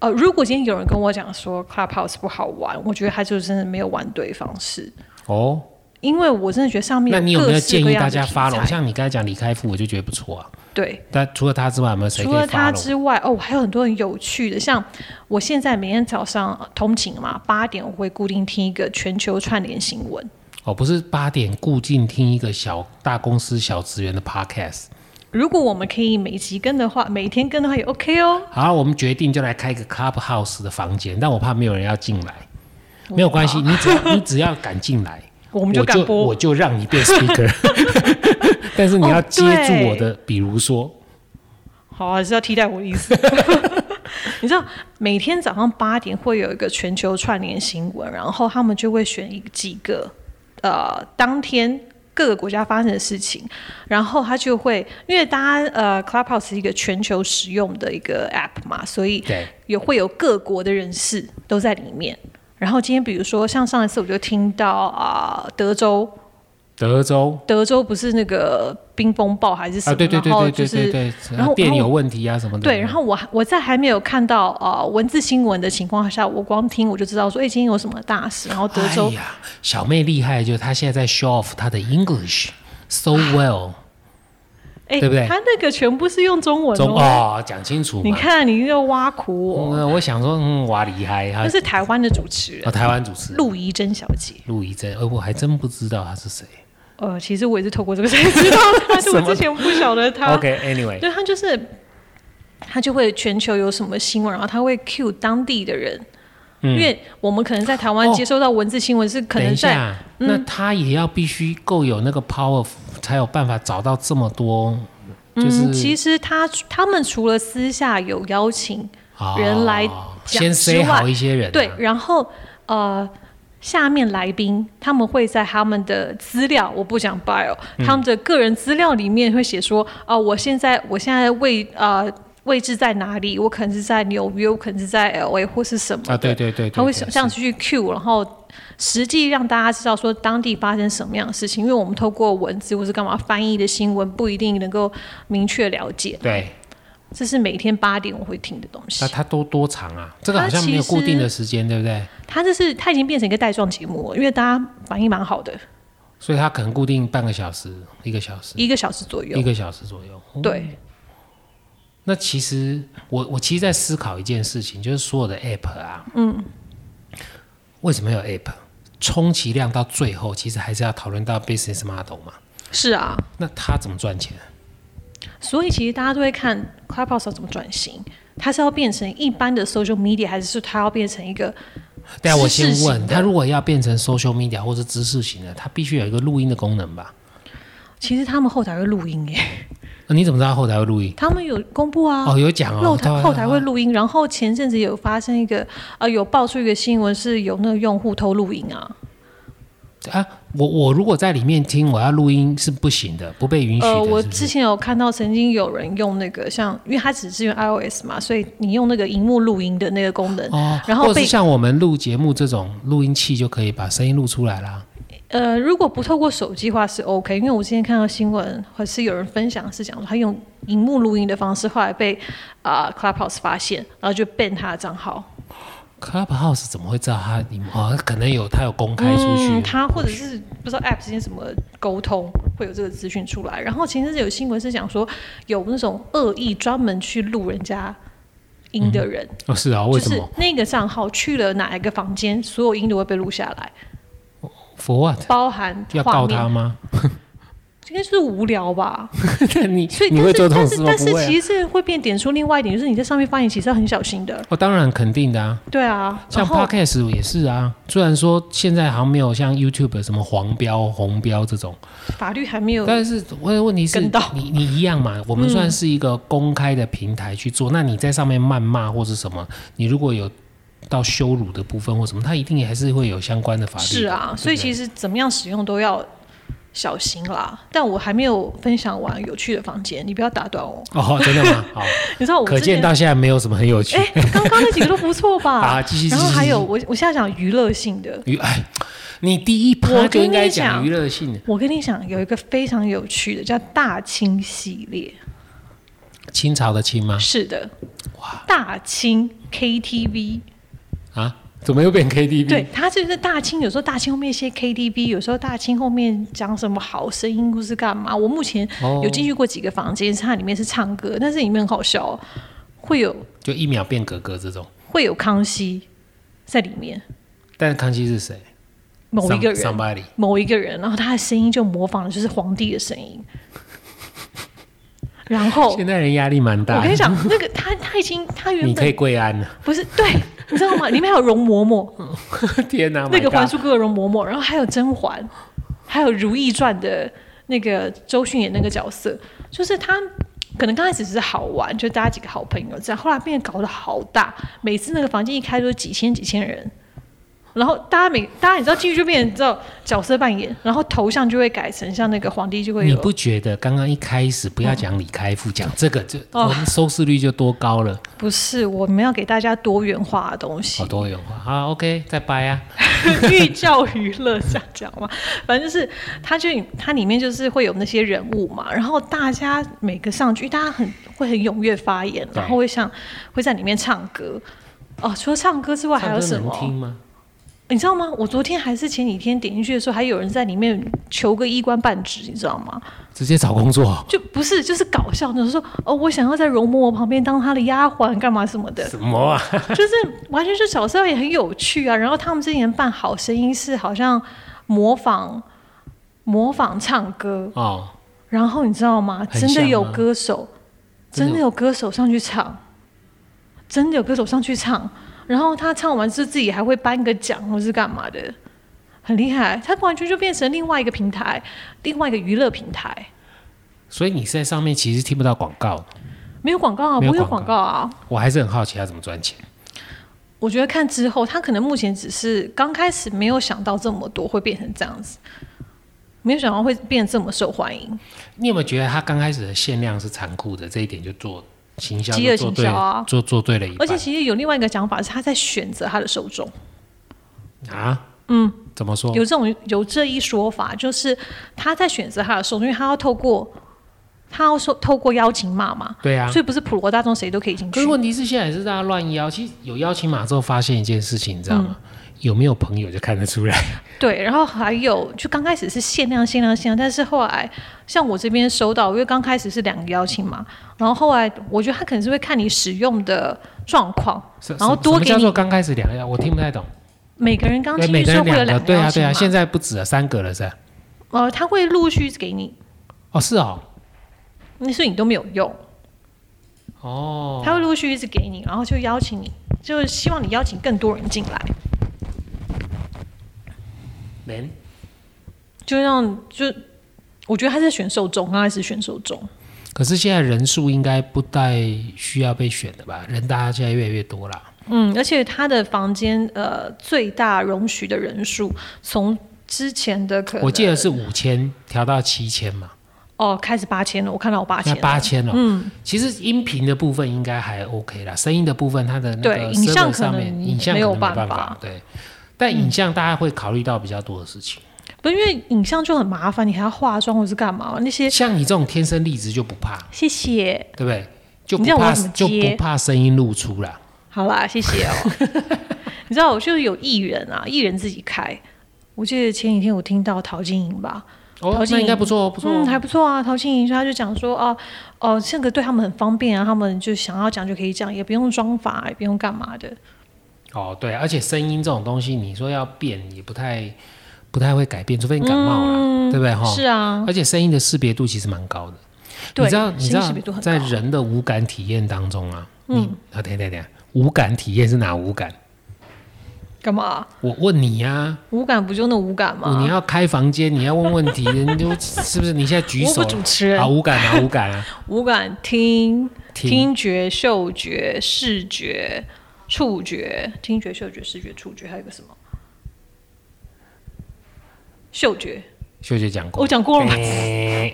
Speaker 2: 呃，如果今天有人跟我讲说 Clubhouse 不好玩，我觉得他就真的没有玩对方式，
Speaker 1: 哦，
Speaker 2: 因为我真的觉得上面
Speaker 1: 那你有
Speaker 2: 各
Speaker 1: 没有
Speaker 2: 式
Speaker 1: 建
Speaker 2: 各
Speaker 1: 议
Speaker 2: 样
Speaker 1: 大
Speaker 2: 的
Speaker 1: 家
Speaker 2: 题
Speaker 1: 发了？
Speaker 2: 材
Speaker 1: 像你刚才讲李开复，我就觉得不错啊。
Speaker 2: 对，
Speaker 1: 但除了他之外，有没有谁
Speaker 2: 除
Speaker 1: 可
Speaker 2: 了
Speaker 1: 以发
Speaker 2: 他
Speaker 1: 了？
Speaker 2: 之外，哦，还有很多很有趣的，像我现在每天早上呃通勤嘛，八点我会固定听一个全球串联新闻。
Speaker 1: 哦，不是八点固定听一个小大公司小职员的 podcast。
Speaker 2: 如果我们可以每集跟的话，每天跟的话也 OK 哦。
Speaker 1: 好，我们决定就来开一个 clubhouse 的房间，但我怕没有人要进来，没有关系，你只要你只要敢进来，
Speaker 2: 我
Speaker 1: 我
Speaker 2: 们就敢播。
Speaker 1: 我就让你变 speaker。但是你要接住我
Speaker 2: 哦
Speaker 1: 的，比如说，
Speaker 2: 好、啊，还是要替代我的意 思。你知道，每天早上八点会有一个全球串联新闻，然后他们就会选一几个呃当天各个国家发生的事情，然后他就会因为大家呃 Clubhouse 是一个全球使用的一个 app 嘛，所以
Speaker 1: 对，
Speaker 2: 也会有各国的人士都在里面。然后今天比如说像上一次我就听到啊、德州
Speaker 1: 德州
Speaker 2: 德州不是那个冰风暴还是什
Speaker 1: 啊，
Speaker 2: 么，
Speaker 1: 对对对
Speaker 2: 然后
Speaker 1: 对
Speaker 2: 就
Speaker 1: 对
Speaker 2: 是
Speaker 1: 对对，
Speaker 2: 然后
Speaker 1: 电有问题啊什么的。
Speaker 2: 对，然后我还我在还没有看到呃文字新闻的情况下，我光听我就知道说，哎、今天有什么大事，然后德州、
Speaker 1: 哎呀，小妹厉害，就是她现在在 show off 她的 English so well，
Speaker 2: 哎，
Speaker 1: 对不对
Speaker 2: 他那个全部是用中文
Speaker 1: 中
Speaker 2: 哦。
Speaker 1: 哦讲清楚
Speaker 2: 你
Speaker 1: 嘛。
Speaker 2: 看，你又挖苦我，
Speaker 1: 嗯，我想说，嗯，哇，厉害，
Speaker 2: 那
Speaker 1: 她
Speaker 2: 是台湾的主持人
Speaker 1: 哦，台湾主持人
Speaker 2: 陆怡珍小姐。
Speaker 1: 陆怡珍，呃，我还真不知道她是谁。
Speaker 2: 呃，其实我也是透 过这个才知道她，但是我之前不晓得她。
Speaker 1: OK，Anyway，、
Speaker 2: 对他就是，他就会全球有什么新闻，然后他会 cue 当地的人，
Speaker 1: 嗯
Speaker 2: 因为我们可能在台湾
Speaker 1: 哦
Speaker 2: 接收到文字新闻是可
Speaker 1: 等
Speaker 2: 能
Speaker 1: 一
Speaker 2: 在嗯
Speaker 1: 下，那他也要必须够有那个 power，才有办法找到这么多，就是、
Speaker 2: 嗯，其实他他们除了私下有邀请，
Speaker 1: 哦
Speaker 2: 人来讲
Speaker 1: 先
Speaker 2: 之
Speaker 1: say
Speaker 2: 外
Speaker 1: 好一些人、啊，
Speaker 2: 对，然后呃，下面来宾他们会在他们的资料，我不讲 bio，、他
Speaker 1: 嗯
Speaker 2: 们的个人资料里面会写说，啊、我现在我现在位呃位置在哪里？我可能是在纽约，我可能是在 LA 或是什么的
Speaker 1: 啊，对对对对，
Speaker 2: 他会
Speaker 1: 对
Speaker 2: 这样子去 Q，然后实际让大家知道说当地发生什么样的事情，因为我们透过文字或是干嘛翻译的新闻不一定能够明确了解。
Speaker 1: 对，
Speaker 2: 这是每天八点我会听的东西
Speaker 1: 那。它多多长啊？这个
Speaker 2: 它
Speaker 1: 好像没有
Speaker 2: 其
Speaker 1: 固定
Speaker 2: 实
Speaker 1: 的时间，对不对？
Speaker 2: 它这是它已经变成一个带状节目了，因为大家反应蛮好的，
Speaker 1: 所以它可能固定半个小时、一个小时、
Speaker 2: 一个小时左
Speaker 1: 一
Speaker 2: 右。
Speaker 1: 个小时左右。哦
Speaker 2: 对，
Speaker 1: 那其实我我其实在思考一件事情，就是所有的 app 啊，嗯，为什么有 app？充其量到最后，其实还是要讨论到 business model 嘛。
Speaker 2: 是啊，
Speaker 1: 那他怎么赚钱？
Speaker 2: 所以其实大家都会看 Clubhouse 要怎么转型，它是要变成一般的 social media，还是它要变成一个
Speaker 1: 但我
Speaker 2: 知识
Speaker 1: 先
Speaker 2: 型
Speaker 1: 问
Speaker 2: 的
Speaker 1: 他，如果要变成 social media 或是知识型的，他必须有一个录音的功能吧？
Speaker 2: 其实他们后台会录音耶，
Speaker 1: 那你怎么知道后台会录音？
Speaker 2: 他们有公布啊。
Speaker 1: 哦，有讲哦，
Speaker 2: 后台
Speaker 1: 对啊
Speaker 2: 后台会录音，然后前阵子有发生一个，呃，有爆出一个新闻，是有那个用户偷录音啊。
Speaker 1: 啊。我我如果在里面听，我要录音是不行的，不被允许的。
Speaker 2: 呃，我
Speaker 1: 是不
Speaker 2: 之
Speaker 1: 是
Speaker 2: 前有看到曾经有人用那个像，因为它只支援 iOS 嘛，所以你用那个荧幕录音的那个功能，
Speaker 1: 哦，
Speaker 2: 然后
Speaker 1: 或者
Speaker 2: 被
Speaker 1: 是像我们录节目这种录音器就可以把声音录出来啦。
Speaker 2: 呃，如果不透过手机的话是 OK，因为我之前看到新闻还是有人分享是讲说他用荧幕录音的方式，后来被啊、呃 Clubhouse 发现，然后就 ban 他的账号。
Speaker 1: Clubhouse 怎么会知道他你哦？可能有他有公开出去，
Speaker 2: 嗯，他或者是不知道 App 之间怎么沟通，会有这个资讯出来。然后前阵子有新闻是讲说，有那种恶意专门去录人家音的人，
Speaker 1: 哦是啊，
Speaker 2: 就
Speaker 1: 为什
Speaker 2: 是
Speaker 1: 么
Speaker 2: 那个账号去了哪一个房间，所有音都会被录下来，
Speaker 1: ？For what？
Speaker 2: 包含
Speaker 1: 要
Speaker 2: 画
Speaker 1: 告
Speaker 2: 面
Speaker 1: 他。 吗？
Speaker 2: 应该是无聊吧？
Speaker 1: 你
Speaker 2: 所以，
Speaker 1: 你
Speaker 2: 但
Speaker 1: 会
Speaker 2: 是
Speaker 1: 做这种
Speaker 2: 但
Speaker 1: 事
Speaker 2: 是
Speaker 1: 吗？
Speaker 2: 但
Speaker 1: 不
Speaker 2: 是
Speaker 1: 会、啊。
Speaker 2: 其实这会变点出另外一点，就是你在上面发言其实要很小心的。
Speaker 1: 哦，当然肯定的啊，
Speaker 2: 对啊，
Speaker 1: 像
Speaker 2: 然后
Speaker 1: podcast 也是啊。虽然说现在好像没有像 YouTube 什么黄标、红标这种，
Speaker 2: 法律还没有
Speaker 1: 但是我的问题是
Speaker 2: 嗯跟到，
Speaker 1: 你你一样嘛？我们
Speaker 2: 嗯
Speaker 1: 算是一个公开的平台去做，那你在上面谩骂或是什么，你如果有到羞辱的部分或什么，它一定也还是会有相关的法律的。
Speaker 2: 是啊，所以
Speaker 1: 对
Speaker 2: 其实怎么样使用都要小心啦。但我还没有分享完有趣的房间，你不要打断我。
Speaker 1: 哦，真的 吗？好，
Speaker 2: 你知道我
Speaker 1: 可
Speaker 2: 之
Speaker 1: 见
Speaker 2: 前 哎
Speaker 1: 到现在没有什么很有趣。
Speaker 2: 刚刚那几个都不错
Speaker 1: 啊，
Speaker 2: 吧？
Speaker 1: 继续。
Speaker 2: 然后
Speaker 1: 继续
Speaker 2: 还
Speaker 1: 继续
Speaker 2: 有我，我现在讲娱乐性的。
Speaker 1: 娱哎，你第一
Speaker 2: 我
Speaker 1: 趴
Speaker 2: 跟
Speaker 1: 就应该
Speaker 2: 你
Speaker 1: 讲
Speaker 2: 讲
Speaker 1: 娱乐性的，
Speaker 2: 我跟你讲，有一个非常有趣的叫大清系列，
Speaker 1: 清朝的清吗？
Speaker 2: 是的，哇，大清 KTV。
Speaker 1: 啊，怎么又变 KTV？
Speaker 2: 对，他就是大清，有时候大清后面一些 KTV，有时候大清后面讲什么好声音或是干嘛。我目前
Speaker 1: 哦
Speaker 2: 有进去过几个房间，是它里面是唱歌，但是里面很好笑、哦，会有
Speaker 1: 就一秒变格格这种。
Speaker 2: 会有康熙在里面，
Speaker 1: 但康熙是谁？
Speaker 2: 某一个
Speaker 1: Some-
Speaker 2: 人，
Speaker 1: ，somebody，
Speaker 2: 某一个人，然后他的声音就模仿的就是皇帝的声音，然后。
Speaker 1: 现代人压力蛮大。
Speaker 2: 哦我跟你，讲，那个他他已经他原
Speaker 1: 你可以
Speaker 2: 本
Speaker 1: 跪 安了。
Speaker 2: 不是对，你知道 吗？里面还有容嬷
Speaker 1: Oh
Speaker 2: 嬷，
Speaker 1: 天哪、
Speaker 2: 那个《还
Speaker 1: my
Speaker 2: 珠格格》容嬷嬷，然后还有甄嬛，还有《如懿传》的那个周迅演那个角色，就是她可能刚开始只是好玩，就大家几个好朋友这样，后来变得搞得好大，每次那个房间一开都是几千几千人。然后大家每大家你知道进去就变成你知道角色扮演，然后头像就会改成像那个皇帝就
Speaker 1: God
Speaker 2: 会
Speaker 1: 你
Speaker 2: 有
Speaker 1: 不觉得刚刚一开始不要讲李开复，讲这个就
Speaker 2: 哦
Speaker 1: 我们收视率就多高了，
Speaker 2: 不是我们要给大家多元化的东西
Speaker 1: 好，多元化。好，OK，再掰啊。
Speaker 2: 寓教于乐，这样讲嘛，反正就是它就它里面就是会有那些人物嘛，然后大家每个上去，大家很会很踊跃发言，
Speaker 1: 对
Speaker 2: 然后会像会在里面唱歌。哦，除了唱歌之外还有什
Speaker 1: 唱歌能
Speaker 2: 么
Speaker 1: 听？吗？
Speaker 2: 你知道吗？我昨天还是前几天点进去的时候，还有人在里面求个一官半职，你知道吗？
Speaker 1: 直接找工作？
Speaker 2: 就不是就是搞笑那种，说哦，我想要在容嬷嬷旁边当她的丫鬟，干嘛什么的。
Speaker 1: 什么啊？
Speaker 2: 就是完全是小时候也很有趣啊。然后他们之前办《好声音》是好像模仿模仿唱歌，
Speaker 1: 哦，
Speaker 2: 然后你知道吗？
Speaker 1: 很像
Speaker 2: 真的有
Speaker 1: 吗
Speaker 2: 歌手，
Speaker 1: 真的有
Speaker 2: 真的有歌手上去唱，真的有歌手上去唱。然后他唱完之后自己还会颁个奖或是干嘛的，很厉害。他完全就变成另外一个平台，另外一个娱乐平台，
Speaker 1: 所以你在上面其实听不到广告，
Speaker 2: 没有广告啊，
Speaker 1: 没有
Speaker 2: 不会有
Speaker 1: 广
Speaker 2: 广
Speaker 1: 告
Speaker 2: 告啊。
Speaker 1: 我还是很好奇他怎么赚钱。
Speaker 2: 我觉得看之后，他可能目前只是刚开始没有想到这么多会变成这样子，没有想到会变得这么受欢迎。
Speaker 1: 你有没有觉得他刚开始的限量是残酷的？这一点就做行销，
Speaker 2: 饥饿
Speaker 1: 就做
Speaker 2: 行销啊
Speaker 1: 对做做对了一半。
Speaker 2: 而且其实有另外一个讲法是，他在选择他的受众。
Speaker 1: 哦啊，嗯，怎么说？
Speaker 2: 有这种有这一说法，就是他在选择他的受众，因为他要透过他要说透过邀请码嘛，
Speaker 1: 对啊
Speaker 2: 所。以不是普罗大众谁都可以进
Speaker 1: 可
Speaker 2: 去
Speaker 1: 是。问题是现在也是大家乱邀，其实有邀请码之后发现一件事情，你知道吗？
Speaker 2: 嗯
Speaker 1: 有没有朋友就看得出来。
Speaker 2: 对，然后还有就刚开始是限量、限量、限量，但是后来像我这边收到，因为刚开始是两个邀请码，然后后来我觉得他可能是会看你使用的状况，
Speaker 1: 什
Speaker 2: 然后
Speaker 1: 什
Speaker 2: 多
Speaker 1: 什么
Speaker 2: 给
Speaker 1: 叫
Speaker 2: 你
Speaker 1: 做刚开始两个，我听不太懂。
Speaker 2: 每个人刚
Speaker 1: 对，
Speaker 2: 进
Speaker 1: 每
Speaker 2: 去
Speaker 1: 个
Speaker 2: 之后
Speaker 1: 人
Speaker 2: 会有
Speaker 1: 两个，
Speaker 2: 两个
Speaker 1: 对
Speaker 2: 邀
Speaker 1: 啊
Speaker 2: 请
Speaker 1: 对
Speaker 2: 码，
Speaker 1: 啊，现在不止了，三个了是吧？
Speaker 2: 呃，他会陆续给你，
Speaker 1: 哦，是哦，
Speaker 2: 那所以你都没有用，
Speaker 1: 哦，
Speaker 2: 他会陆续一直给你，然后就邀请你，就是希望你邀请更多人进来，
Speaker 1: 人
Speaker 2: 就让就我觉得他是选受众，刚开始选受众，
Speaker 1: 可是现在人数应该不太需要被选的吧？人大家现在越来越多啦。
Speaker 2: 嗯，而且他的房间呃最大容许的人数从。之前的可能
Speaker 1: 我记得是五千调到七千嘛，
Speaker 2: 哦，开始八千了，我看到我八
Speaker 1: 那
Speaker 2: 千，
Speaker 1: 八，千了。嗯，其实音频的部分应该还 OK 啦，声音的部分它的那
Speaker 2: 对
Speaker 1: 个
Speaker 2: 影像
Speaker 1: server
Speaker 2: 可能
Speaker 1: 上面影像可
Speaker 2: 没有
Speaker 1: 能没
Speaker 2: 办
Speaker 1: 办
Speaker 2: 法嗯
Speaker 1: 对。但影像大家会考虑到比较多的事情，
Speaker 2: 不是因为影像就很麻烦，你还要化妆或是干嘛那 些。
Speaker 1: 像你这种天生丽质就不怕，
Speaker 2: 谢谢，
Speaker 1: 对不对？就
Speaker 2: 你
Speaker 1: 不
Speaker 2: 知道我
Speaker 1: 怕
Speaker 2: 要怎么
Speaker 1: 就
Speaker 2: 接
Speaker 1: 不怕声音露出啦。
Speaker 2: 好啦，谢谢 哦。你知道，我就有艺人啊，艺人自己开。我记得前几天我听到陶晶莹吧，陶
Speaker 1: 哦，
Speaker 2: 晶
Speaker 1: 那应该
Speaker 2: 莹
Speaker 1: 不错哦，不错哦。
Speaker 2: 嗯，还不错啊。陶晶莹她就讲说，哦、哦、这个对他们很方便啊，他们就想要讲就可以讲，也不用妆法，也不用干嘛的。
Speaker 1: 哦，对，而且声音这种东西，你说要变也不太不太会改变，除非你感冒了，对不对哈？
Speaker 2: 是啊，
Speaker 1: 而且声音的识别度其实蛮高的，
Speaker 2: 对
Speaker 1: 你知道，你知
Speaker 2: 声音识别度
Speaker 1: 道，
Speaker 2: 很
Speaker 1: 在
Speaker 2: 高
Speaker 1: 人的五感体验当中啊，嗯，啊，等一下等一下，五感体验是哪五感？
Speaker 2: 干嘛、
Speaker 1: 我问你呀、
Speaker 2: 无感不就那无感
Speaker 1: 啊，你
Speaker 2: 吗？
Speaker 1: 要开房间，你要问问题，你就是不是？你现在举
Speaker 2: 我
Speaker 1: 手
Speaker 2: 不主持人
Speaker 1: 啊，，五感啊，五感啊，
Speaker 2: 五感听、
Speaker 1: 听
Speaker 2: 听觉、嗅觉、视觉、触觉、听觉、嗅觉、视觉、触觉，还有个什么？嗅觉，
Speaker 1: 秀姐讲过，
Speaker 2: 我讲过了吗？
Speaker 1: 诶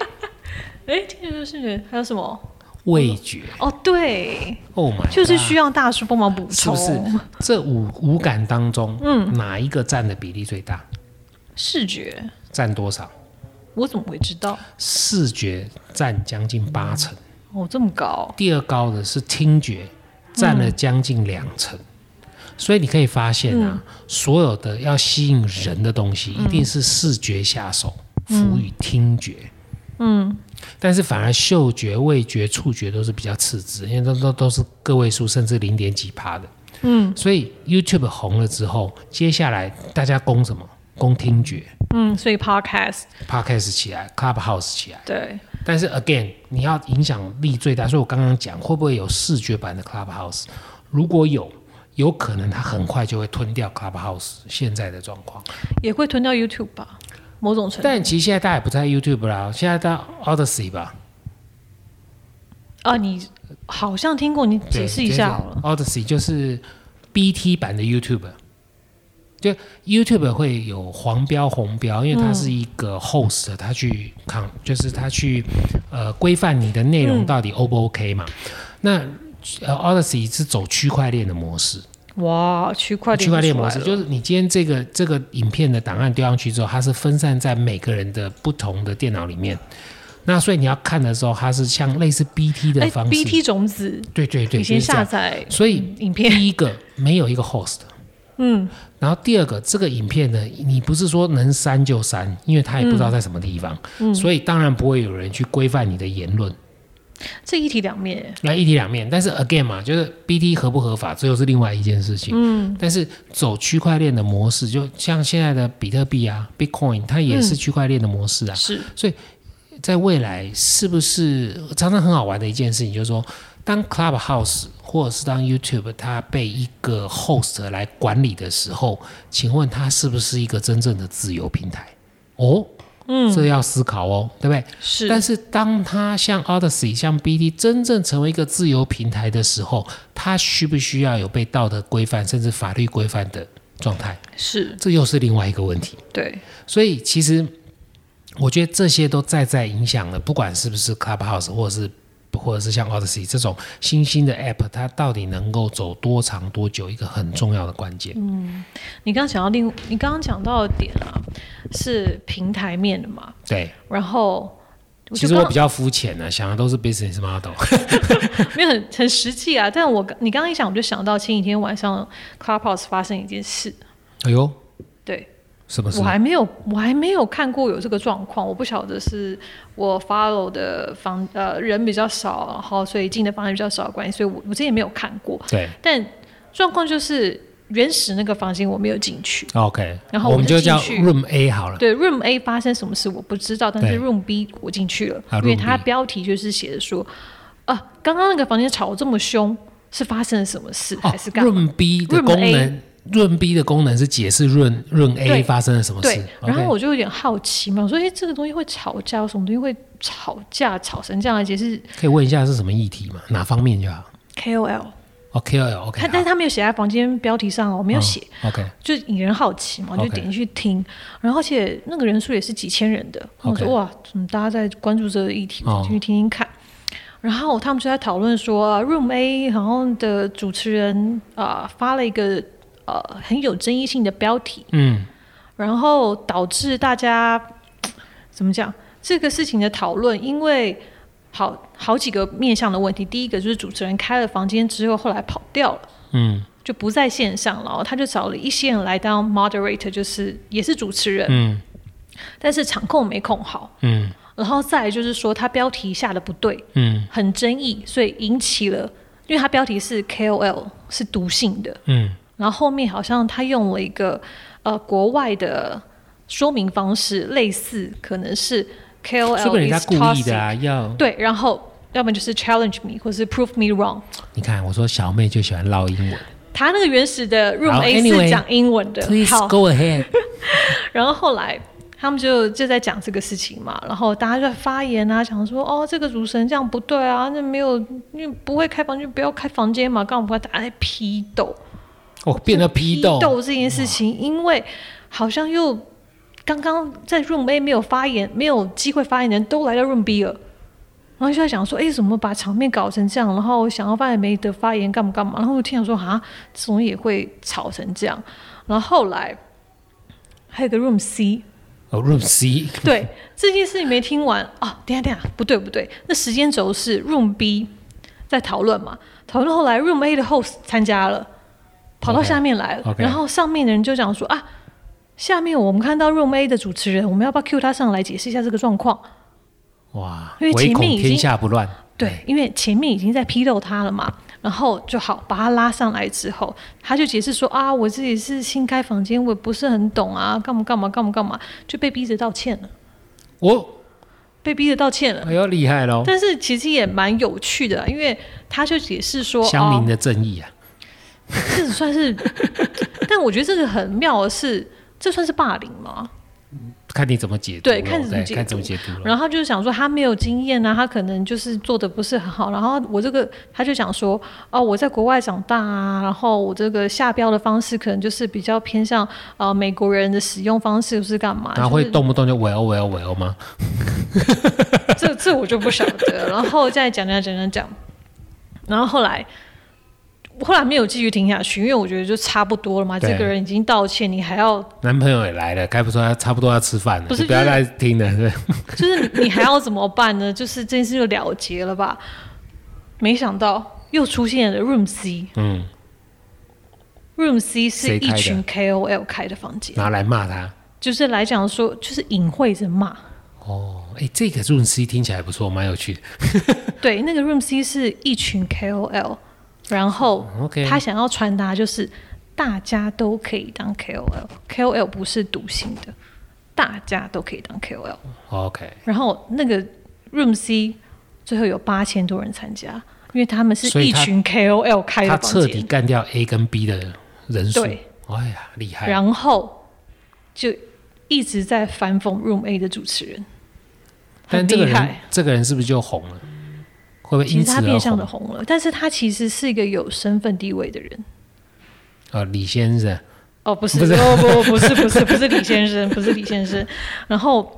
Speaker 2: 哎，听觉、视觉，还有什么？
Speaker 1: 味觉
Speaker 2: 哦，对，
Speaker 1: ，Oh my，
Speaker 2: 就是需
Speaker 1: 需
Speaker 2: 要大叔帮忙补
Speaker 1: 是
Speaker 2: 充，
Speaker 1: 不是？这五五感当中，嗯，哪一个占的比例最大？
Speaker 2: 视觉，
Speaker 1: 占多少？
Speaker 2: 我怎么会知道？
Speaker 1: 视觉占将近八成，
Speaker 2: 哦，这么高，
Speaker 1: 第二高的是听觉，占了将近两成。所以你可以发现啊，所有的要吸引人的东西，一定是视觉下手，辅以听觉。嗯，但是反而嗅觉、味觉、触觉都是比较次之，因为都都都是个位数，甚至零点几趴的。嗯，所以 YouTube 红了之后，接下来大家攻什么？攻听觉
Speaker 2: 嗯，所以 podcast
Speaker 1: ，Podcast 起来，Clubhouse 起来。
Speaker 2: 对，
Speaker 1: 但是 again，你要影响力最大，所以我刚刚讲会不会有视觉版的 Clubhouse？如果有，有可能它很快就会吞掉 Clubhouse 现在的状况。
Speaker 2: 也会吞掉 YouTube 吧，某种程度
Speaker 1: 但其实现在大家也不在 YouTube 啦，现在到 Odyssey 吧，
Speaker 2: 啊，你好像听过，你解释一下好了。
Speaker 1: 对。Odyssey 就是 BT 版的 YouTube，就 YouTube 会有黄标、红标，因为它
Speaker 2: 嗯
Speaker 1: 是一个 host，、它去抗，就是它去呃规范你的内容
Speaker 2: 嗯
Speaker 1: 到底 O 不 OK 嘛。那呃 Odyssey 是走区块链的模式，
Speaker 2: 哇，区块链
Speaker 1: 区块链模式
Speaker 2: 出来了
Speaker 1: 就是你今天这个这个影片的档案丢上去之后，它是分散在每个人的不同的电脑里面。那所以你要看的时候，它是像类似 BT 的
Speaker 2: 哎
Speaker 1: 方式。
Speaker 2: BT 种子
Speaker 1: 对对对，
Speaker 2: 以前
Speaker 1: 就是这样
Speaker 2: 下载
Speaker 1: 所以
Speaker 2: 影片，
Speaker 1: 第一个没有一个 host，
Speaker 2: 嗯，
Speaker 1: 然后第二个这个影片呢，你不是说能删就删，因为他也不知道在什么地方，
Speaker 2: 嗯
Speaker 1: 所以当然不会有人去规范你的言论。
Speaker 2: 这一体两面，
Speaker 1: 那一体两面，但是 again 嘛，就是 BT 合不合法，这又是另外一件事情。嗯，但是走区块链的模式，就像现在的比特币啊，Bitcoin，它也
Speaker 2: 嗯
Speaker 1: 是区块链的模式啊。
Speaker 2: 是
Speaker 1: 在未来是不是常常很好玩的一件事情，就是说，当 Clubhouse 或者是当 YouTube 它被一个 host 来管理的时候，请问它是不是一个真正的自由平台？哦，嗯，这要思考哦，对不对？
Speaker 2: 是，
Speaker 1: 但是当它像 Odyssey、像 BT 真正成为一个自由平台的时候，它需不需要有被道德规范甚至法律规范的状态？
Speaker 2: 是
Speaker 1: 这又是另外一个问题。
Speaker 2: 对，
Speaker 1: 所以其实我觉得这些都在在影响了，不管是不是 Clubhouse 或者是。或者是像 Odyssey 这种新兴的 App，它到底能够走多长多久，一个很重要的关键。
Speaker 2: 嗯你刚刚讲到另，你刚刚讲到的点啊，是平台面的嘛，
Speaker 1: 对，
Speaker 2: 然后我
Speaker 1: 其
Speaker 2: 就
Speaker 1: 实我
Speaker 2: 刚
Speaker 1: 比较肤浅的，想的都是 business model。
Speaker 2: 没有很很实际啊，但我刚你刚刚一想，我就想到前几天晚上 Clubhouse 发生一件事，
Speaker 1: 哎呦，
Speaker 2: 对
Speaker 1: 什么事
Speaker 2: 我？还没有我还没有看过有这个状况，我不晓得是我 follow 的房呃人比较少，然后所以进的房间比较少的关系，所以我我之前没有看过，
Speaker 1: 对
Speaker 2: 但状况就是原始那个房间我没有进去，
Speaker 1: ，OK，
Speaker 2: 然后
Speaker 1: 我
Speaker 2: 我
Speaker 1: 们
Speaker 2: 就
Speaker 1: 就叫
Speaker 2: 进去
Speaker 1: Room A 好了。
Speaker 2: 对 Room A 发生什么事我不知道，但是
Speaker 1: 对
Speaker 2: Room B 我进去了，
Speaker 1: 啊
Speaker 2: 因为
Speaker 1: Room B
Speaker 2: 它标题就是写的说，啊，刚刚那个房间吵这么凶，是发生了什么事、
Speaker 1: 哦
Speaker 2: 还是干嘛？
Speaker 1: ，Room B 的
Speaker 2: Room
Speaker 1: 功
Speaker 2: A
Speaker 1: 能，Room B 的功能是解释 Room Room A
Speaker 2: 对
Speaker 1: 发生了什么
Speaker 2: 对
Speaker 1: 事。，
Speaker 2: 然后
Speaker 1: OK
Speaker 2: 我就有点好奇嘛，我说，哎，这个东西会吵架，有什么东西会吵架，吵成这样，而且是
Speaker 1: 可以问一下是什么议题吗？哪方面就好。
Speaker 2: KOL，
Speaker 1: 哦，KOL OK，
Speaker 2: 他但是他没有写在房间标题上哦，没
Speaker 1: 没
Speaker 2: 有写，
Speaker 1: OK，
Speaker 2: 就引人好奇嘛，我就
Speaker 1: OK
Speaker 2: 点进去听然后而且那个人数也是几千人的，然后我说
Speaker 1: OK
Speaker 2: 哇，怎么大家在关注这个议题，
Speaker 1: 哦
Speaker 2: 我进去听听看。然后他们就在讨论说、啊、，Room A 好像的主持人啊、发了一个呃很有争议性的标题，
Speaker 1: 嗯，
Speaker 2: 然后导致大家怎么讲这个事情的讨论，因为好好几个面向的问题。第一个就是主持人开了房间之后，后来跑掉了。
Speaker 1: 嗯
Speaker 2: 就不在线上了哦，他就找了一些人来当 moderator，就是也是主持人，
Speaker 1: 嗯
Speaker 2: 但是场控没控好，
Speaker 1: 嗯
Speaker 2: 然后再来就是说他标题下的不对，
Speaker 1: 嗯
Speaker 2: 很争议，所以引起了，因为他标题是 KOL 是毒性的，
Speaker 1: 嗯
Speaker 2: 然后后面好像他用了一个呃国外的说明方式，类似可能是 KOL，
Speaker 1: 嗯，说不定人家
Speaker 2: is
Speaker 1: 故意的
Speaker 2: toxic，
Speaker 1: 啊，要
Speaker 2: 对，然后要不然就是 challenge me 或是 prove me wrong，
Speaker 1: 你看，我说小妹就喜欢唠英文
Speaker 2: 他那个原始的 room
Speaker 1: 好
Speaker 2: A 是
Speaker 1: ，anyway，
Speaker 2: 讲英文的，
Speaker 1: ，Please
Speaker 2: 好。
Speaker 1: go ahead，
Speaker 2: 然后后来他们就就在讲这个事情嘛，然后大家就在发言啊，讲说哦，这个主持人这样不对啊，那没有，你不会开房间就不要开房间嘛，干嘛把大家在批斗？
Speaker 1: 哦，变得批斗，
Speaker 2: 这件事情，因为好像又刚刚在 Room A 没有发言、没有机会发言的人都来到 Room B 了，然后就在想说，哎，怎么把场面搞成这样？然后想要发言没得发言，干嘛干嘛？然后我听想说，啊，这种也会吵成这样。然后后来还有个 Room C，
Speaker 1: 哦，Room C，
Speaker 2: 对这件事你没听完啊？等一下等一下，不对不对，那时间轴是 Room B 在讨论嘛，讨论后来 Room A 的 host 参加了，跑到
Speaker 1: OK，
Speaker 2: 下面来了
Speaker 1: OK
Speaker 2: 然后上面的人就讲说啊，下面我们看到 Room A 的主持人，我们要不要 cue 他上来解释一下这个状况？
Speaker 1: 哇，
Speaker 2: 因为
Speaker 1: 唯
Speaker 2: 前面
Speaker 1: 恐
Speaker 2: 已经
Speaker 1: 天下不乱，哎
Speaker 2: 对，因为前面已经在批斗他了嘛，然后就好把他拉上来之后，他就解释说啊，我自己是新开房间，我也不是很懂啊，干嘛干嘛干嘛干嘛，就被逼着道歉了，
Speaker 1: 哦，
Speaker 2: 被逼着道歉了。
Speaker 1: 哎呦，厉害喽，
Speaker 2: 但是其实也蛮有趣的，啊因为他就解释说，
Speaker 1: 乡民
Speaker 2: 哦，
Speaker 1: 的正义啊，
Speaker 2: 这算是， 但我觉得这个很妙的是，这算是霸凌吗？
Speaker 1: 看你怎么解读咯，
Speaker 2: 对看怎么解
Speaker 1: 看怎么
Speaker 2: 读
Speaker 1: 解读了，
Speaker 2: 然后他就是想说他没有经验啊，他可能就是做的不是很好。然后我这个他就想说，哦，我在国外长大啊，然后我这个下标的方式可能就是比较偏向呃美国人的使用方式，是干嘛？
Speaker 1: 然后
Speaker 2: 就
Speaker 1: 会
Speaker 2: 是
Speaker 1: 动不动就 well well well 吗？
Speaker 2: 这这我就不晓得。然后再讲讲讲讲讲，然后后来后来没有继续听下去，因为我觉得就差不多了嘛。
Speaker 1: 对
Speaker 2: 这个人已经道歉，你还要
Speaker 1: 男朋友也来了，该不说他差不多要吃饭了，
Speaker 2: 不是
Speaker 1: 就不要
Speaker 2: 就是
Speaker 1: 再听了，对，
Speaker 2: 就是你你还要怎么办呢？就是这件事就了结了吧？没想到又出现了 Room C。
Speaker 1: 嗯，
Speaker 2: Room C 是
Speaker 1: 谁
Speaker 2: 一
Speaker 1: 开的
Speaker 2: 群 KOL 开的房间，
Speaker 1: 拿来骂他。
Speaker 2: 就是来讲说，就是隐晦着骂。
Speaker 1: 哦，哎，这个 Room C 听起来不错，蛮有趣的。
Speaker 2: 对，那个 Room C 是一群 KOL，然后
Speaker 1: OK
Speaker 2: 他想要传达就是大家都可以当 KOL，KOL 不是独行的，大家都可以当 KOL。
Speaker 1: OK，
Speaker 2: 然后那个 Room C 最后有八千多人参加，因为他们是
Speaker 1: 所以
Speaker 2: 一
Speaker 1: 他
Speaker 2: 群 KOL 开
Speaker 1: 他
Speaker 2: 的房
Speaker 1: 彻底
Speaker 2: 间，
Speaker 1: 干掉 A 跟 B 的人数。
Speaker 2: 对，
Speaker 1: 哎呀，厉害！
Speaker 2: 然后就一直在反讽 Room A 的主持人，
Speaker 1: 但
Speaker 2: 很
Speaker 1: 这个
Speaker 2: 厉害。
Speaker 1: 人，这个人是不是就红了？会不会
Speaker 2: 其
Speaker 1: 因
Speaker 2: 实
Speaker 1: 此
Speaker 2: 他变
Speaker 1: 而
Speaker 2: 相的
Speaker 1: 红？
Speaker 2: 红了，但是他其实是一个有身份地位的人。
Speaker 1: 呃，李先生，
Speaker 2: 哦，不是，
Speaker 1: 不是
Speaker 2: 哦不不是不是不是李先生，不是李先生。然后，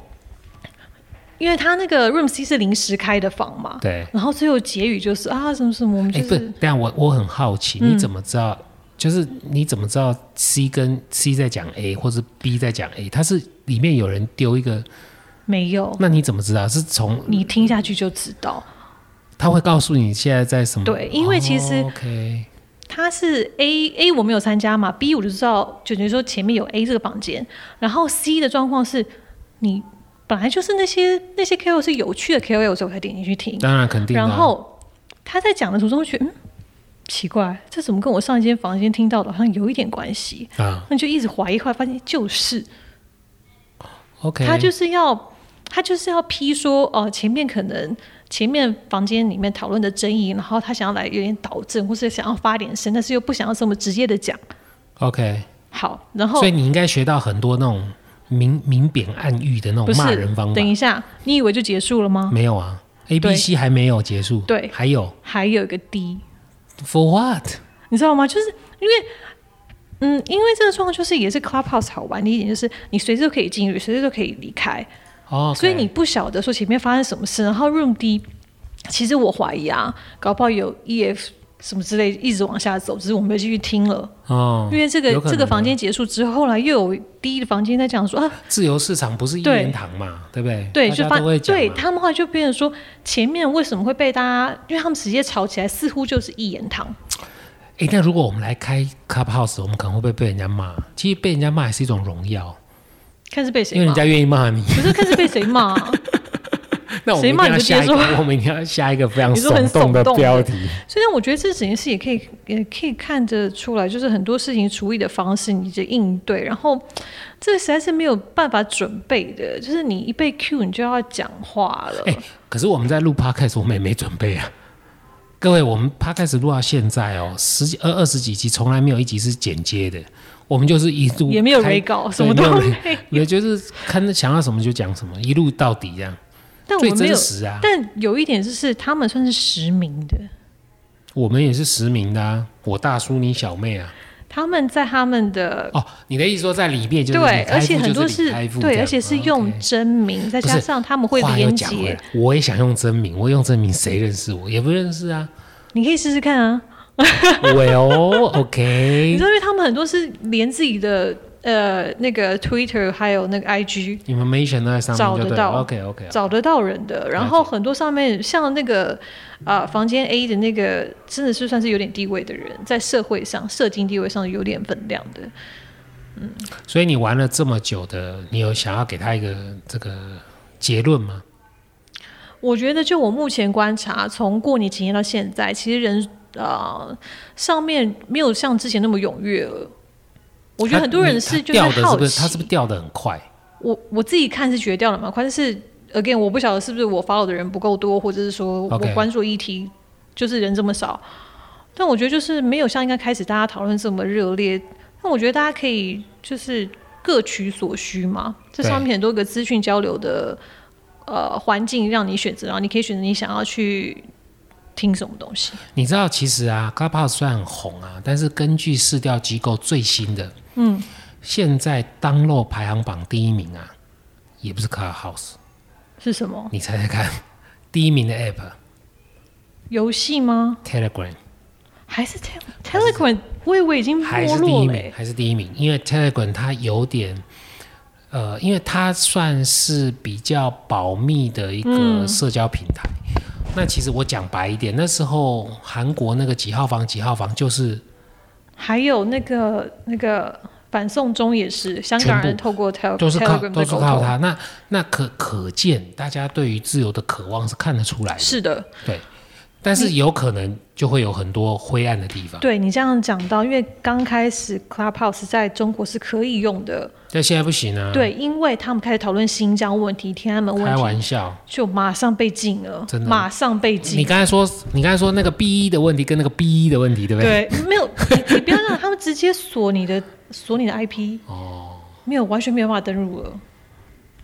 Speaker 2: 因为他那个 Room C 是临时开的房嘛，
Speaker 1: 对，
Speaker 2: 然后最后结语就是啊什么什么，我们
Speaker 1: 哎、
Speaker 2: 就
Speaker 1: 不
Speaker 2: 是，嗯
Speaker 1: 但我我很好奇，你怎么知道？就是你怎么知道 C 跟 C 在讲 A，或是 B 在讲 A？他是里面有人丢一个
Speaker 2: 没有，
Speaker 1: 那你怎么知道？是从
Speaker 2: 哦你听下去就知道。
Speaker 1: 他会告诉你现在在什么？
Speaker 2: 对因为其实
Speaker 1: 哦 OK，
Speaker 2: 它是 A A 我没有参加嘛，B 我就知道，就等于说前面有 A 这个房间，然后 C 的状况是你本来就是那些那些 KOL 是有趣的 KOL，所以我才点进去听。
Speaker 1: 当然肯定、啊。
Speaker 2: 然后他在讲的途中觉得，嗯，奇怪，这怎么跟我上一间房间听到的好像有一点关系？
Speaker 1: 啊
Speaker 2: 那你就一直怀疑，后来发现就是
Speaker 1: ，OK，
Speaker 2: 他就是要他就是要批说，哦、前面可能前面房间里面讨论的争议，然后他想要来有点导正，或是想要发点声，但是又不想要这么直接的讲。
Speaker 1: OK，
Speaker 2: 好，然后
Speaker 1: 所以你应该学到很多那种明明贬暗喻的那
Speaker 2: 不
Speaker 1: 种
Speaker 2: 是
Speaker 1: 骂人方法
Speaker 2: 等。一下，你以为就结束了吗？
Speaker 1: 没有啊，A、B、
Speaker 2: 对
Speaker 1: C 还没有结束。
Speaker 2: 对
Speaker 1: 还有
Speaker 2: 还有一个 D，
Speaker 1: For what？
Speaker 2: 你知道吗？就是因为，嗯，因为这个状况就是也是 Clubhouse 好玩的一点，就是你随时都可以进入，随时都可以离开。
Speaker 1: 哦、
Speaker 2: 所以你不晓得说前面发生什么事，然后 room D，其实我怀疑啊，搞不好有 EF 什么之类一直往下走，只是我没有继续听了，
Speaker 1: 哦，
Speaker 2: 因为这个
Speaker 1: 有可能
Speaker 2: 这个房
Speaker 1: 啊
Speaker 2: 间结束之后，后来又有 D 的房间在讲说啊，
Speaker 1: 自由市场不是一
Speaker 2: 对
Speaker 1: 言堂嘛，对不对？
Speaker 2: 嗯对，
Speaker 1: 大
Speaker 2: 就
Speaker 1: 家
Speaker 2: 发
Speaker 1: 都会讲嘛
Speaker 2: 对他们后来就变成说前面为什么会被大家，因为他们直接吵起来，似乎就是一言堂，
Speaker 1: 诶，那如果我们来开 Clubhouse，我们可能会不会被人家骂？其实被人家骂也是一种荣耀，
Speaker 2: 看是被
Speaker 1: 因
Speaker 2: 谁
Speaker 1: 为
Speaker 2: 骂
Speaker 1: 人，家愿意骂你。
Speaker 2: 不是看是被谁骂、啊，
Speaker 1: 那我们
Speaker 2: 谁
Speaker 1: 一
Speaker 2: 骂
Speaker 1: 定要
Speaker 2: 你就
Speaker 1: 下一个
Speaker 2: 接，
Speaker 1: 我们一定要下一个非常
Speaker 2: 你说很
Speaker 1: 耸动的
Speaker 2: 耸动的
Speaker 1: 标题。
Speaker 2: 所以我觉得这整件事也可以也可以看得出来，就是很多事情处理的方式，你的应对，然后这实在是没有办法准备的，就是你一被 Q 你就要讲话了。
Speaker 1: 哎可是我们在录 Podcast，我们也没准备啊。各位，我们 Podcast 录到现在哦，十几二二十几集，从来没有一集是剪接的，我们就是一路
Speaker 2: 也没有
Speaker 1: 开
Speaker 2: re 稿，
Speaker 1: 对
Speaker 2: 什么都
Speaker 1: 没有
Speaker 2: 没 有，
Speaker 1: 也就是看想要什么就讲什么，一路到底这样，
Speaker 2: 但
Speaker 1: 最
Speaker 2: 我没
Speaker 1: 真
Speaker 2: 有。
Speaker 1: 实啊。
Speaker 2: 但有一点就是，他们算是实名的，
Speaker 1: 我们也是实名的啊，我大叔你小妹啊。
Speaker 2: 他们在他们的
Speaker 1: 哦，你的意思说在里面就是
Speaker 2: 对，
Speaker 1: 李开
Speaker 2: 而且
Speaker 1: 复
Speaker 2: 很
Speaker 1: 就是
Speaker 2: 多
Speaker 1: 李
Speaker 2: 是
Speaker 1: 开复这
Speaker 2: 对，
Speaker 1: 样
Speaker 2: 而且是
Speaker 1: 啊
Speaker 2: 用
Speaker 1: OK
Speaker 2: 真名，再
Speaker 1: 不是
Speaker 2: 加上他们会
Speaker 1: 话又
Speaker 2: 连
Speaker 1: 讲回
Speaker 2: 接
Speaker 1: 来，，我也想用真名，我用真名谁认识我？也不认识 啊。
Speaker 2: 你可以试试看啊。
Speaker 1: Well
Speaker 2: 你
Speaker 1: 哦 OK，
Speaker 2: 知道，因为他们很多是连自己的呃那个 Twitter 还有那个 IG
Speaker 1: 你们 mention 都在上面
Speaker 2: 找
Speaker 1: 就
Speaker 2: 得
Speaker 1: 对
Speaker 2: 到
Speaker 1: 了。OK OK，
Speaker 2: 找得到人的，然后很多上面像那个啊、呃房间 A 的那个，真的是算是有点地位的人，在社会上、社经地位上有点分量的。
Speaker 1: 所以你玩了这么久的，你有想要给他一个这个结论吗？
Speaker 2: 我觉得，就我目前观察，从过年期间到现在，其实人呃上面没有像之前那么踊跃了。我觉得
Speaker 1: 他
Speaker 2: 很多人
Speaker 1: 你
Speaker 2: 是
Speaker 1: 他
Speaker 2: 就是
Speaker 1: 掉的是
Speaker 2: 好
Speaker 1: 不
Speaker 2: 奇，
Speaker 1: 是？他是不是掉的很快？
Speaker 2: 我我自己看是觉得掉了蛮快，但是 again 我不晓得是不是我 follow 的人不够多，或者是说我
Speaker 1: OK
Speaker 2: 关注议题就是人这么少。但我觉得就是没有像应该开始大家讨论这么热烈。但我觉得大家可以就是各取所需嘛，这
Speaker 1: 对
Speaker 2: 上面很多个资讯交流的呃环境让你选择，然后你可以选择你想要去听什么东西。
Speaker 1: 你知道，其实啊，Clubhouse 虽然很红啊，但是根据市调机构最新的，
Speaker 2: 嗯，
Speaker 1: 现在 download 排行榜第一名啊，也不是 Clubhouse，
Speaker 2: 是什么
Speaker 1: 你猜猜看，第一名的 App
Speaker 2: 游戏吗？
Speaker 1: Telegram
Speaker 2: 还是 Te- Telegram？我以为已经
Speaker 1: 还
Speaker 2: 没
Speaker 1: 是第一
Speaker 2: 落了、
Speaker 1: 名，
Speaker 2: 欸。
Speaker 1: 还是第一名，因为 Telegram 它有点，呃，因为它算是比较保密的一个
Speaker 2: 嗯
Speaker 1: 社交平台。那其实我讲白一点，那时候韩国那个几号房几号房就是
Speaker 2: 还有那个那个反送中也是，香港人透过 Tel
Speaker 1: 都是靠
Speaker 2: 哦 Telegram
Speaker 1: 都
Speaker 2: 在
Speaker 1: 是
Speaker 2: 沟
Speaker 1: 靠
Speaker 2: 通。
Speaker 1: 它。那那可可见，大家对于自由的渴望是看得出来的，
Speaker 2: 是的，
Speaker 1: 但是有可能就会有很多灰暗的地方。
Speaker 2: 对你这样讲到，因为刚开始 Clubhouse 在中国是可以用的，
Speaker 1: 但现在不行啊，
Speaker 2: 对，因为他们开始讨论新疆问题、天安门
Speaker 1: 开
Speaker 2: 问
Speaker 1: 玩
Speaker 2: 题，
Speaker 1: 笑。
Speaker 2: 就马上被禁了
Speaker 1: 真，的
Speaker 2: 马上被
Speaker 1: 你
Speaker 2: 禁。
Speaker 1: 刚才说，你刚才说那个 B E 一的问题跟那个 B 一的问题，对不对？
Speaker 2: 对，没有你，你不要让他们直接锁你的锁你的 IP，
Speaker 1: 哦，
Speaker 2: 没有完全没有办法登录了，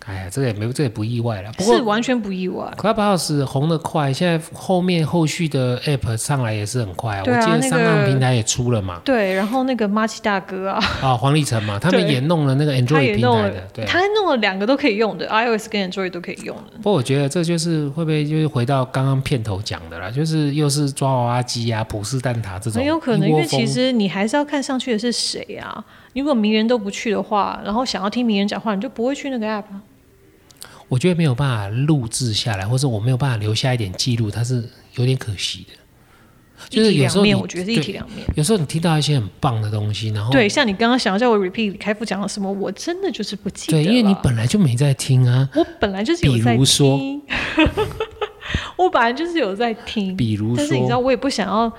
Speaker 1: 哎呀，这个也没，这也不意外了。不
Speaker 2: 是
Speaker 1: 过
Speaker 2: 完全不意外。
Speaker 1: Clubhouse 红的快，现在后面后续的 App 上来也是很快、
Speaker 2: 对啊
Speaker 1: 我记得
Speaker 2: 那个
Speaker 1: 上岸平台也出了 嘛，
Speaker 2: 对，然后那个马奇大哥啊，
Speaker 1: 啊，黄立成嘛，他们
Speaker 2: 对
Speaker 1: 也弄了那个
Speaker 2: 他
Speaker 1: Android
Speaker 2: 也
Speaker 1: 平
Speaker 2: 弄
Speaker 1: 台
Speaker 2: 了
Speaker 1: 的，，对。
Speaker 2: 他还弄了两个都可以用的，iOS 跟 Android 都可以用的。
Speaker 1: 不过我觉得这就是会不会就是回到刚刚片头讲的啦，就是又是抓娃娃机啊、普式蛋挞这种
Speaker 2: 很
Speaker 1: 一窝蜂，
Speaker 2: 有可能，因为其实你还是要看上去的是谁啊。如果名人都不去的话，然后想要听名人讲话，你就不会去那个 app 啊。
Speaker 1: 我觉得没有办法录制下来，或者我没有办法留下一点记录，它是有点可惜的。 就是
Speaker 2: 一体
Speaker 1: 有时
Speaker 2: 两
Speaker 1: 候你
Speaker 2: 面，我觉得是一体两面。
Speaker 1: 有时候你听到一些很棒的东西，然后
Speaker 2: 对，像你刚刚想要叫我 repeat 李开复讲了什么，我真的就是不记得
Speaker 1: 对，因为你
Speaker 2: 了
Speaker 1: 本来就没在听啊。
Speaker 2: 我本来就是有
Speaker 1: 比
Speaker 2: 在
Speaker 1: 如说
Speaker 2: 听， 我本来就是有在听，
Speaker 1: 比如
Speaker 2: 嗯但是你知道，
Speaker 1: 说，
Speaker 2: 我也不想要，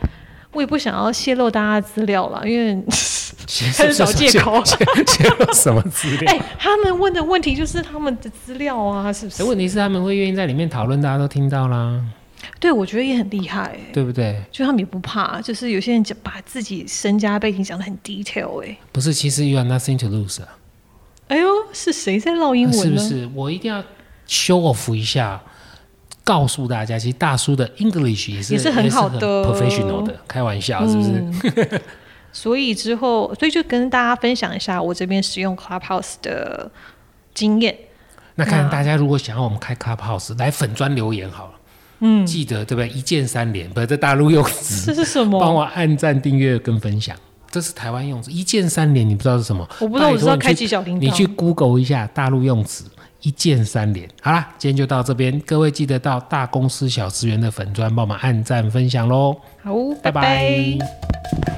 Speaker 2: 我也不想要泄露大家的资料了，因为
Speaker 1: 很
Speaker 2: 找借口
Speaker 1: 什么资 料？
Speaker 2: 哎、他们问的问题就是他们的资料啊，是不是
Speaker 1: 哎，？问题是他们会愿意在里面讨论，大家都听到啦，
Speaker 2: 对，我觉得也很厉害、哎
Speaker 1: 对不对？
Speaker 2: 就他们也不怕，就是有些人讲把自己身家背景讲的很 detail，哎、
Speaker 1: 不是，其实 you are nothing to lose 啊，
Speaker 2: 哎呦，啊是谁在唠英
Speaker 1: 是
Speaker 2: 文
Speaker 1: 不
Speaker 2: 呢？
Speaker 1: 是？我一定要 show off 一下，告诉大家，其实大叔的 English 也是
Speaker 2: 也是很好的嗯
Speaker 1: 也是很 professional 的，开玩笑是不是？
Speaker 2: 所以之后，所以就跟大家分享一下我这边使用 Clubhouse 的经验。
Speaker 1: 那看
Speaker 2: 那
Speaker 1: 大家如果想要我们开 Clubhouse 来粉砖留言好了，嗯，记得对不对？一键三连，不是在大陆用词，
Speaker 2: 这是什么？
Speaker 1: 帮我按赞、订阅跟分享。这是台湾用词，一键三连，你不知道是什么？
Speaker 2: 我不知道，我
Speaker 1: 拜
Speaker 2: 知
Speaker 1: 托
Speaker 2: 道
Speaker 1: 你
Speaker 2: 开
Speaker 1: 去
Speaker 2: 启小铃铛。
Speaker 1: 你去 Google 一下大陆用词“一键三连”。好啦，今天就到这边，各位记得到大公司小职员的粉砖帮我们按赞分享喽，
Speaker 2: 好，
Speaker 1: 拜
Speaker 2: 拜拜
Speaker 1: 拜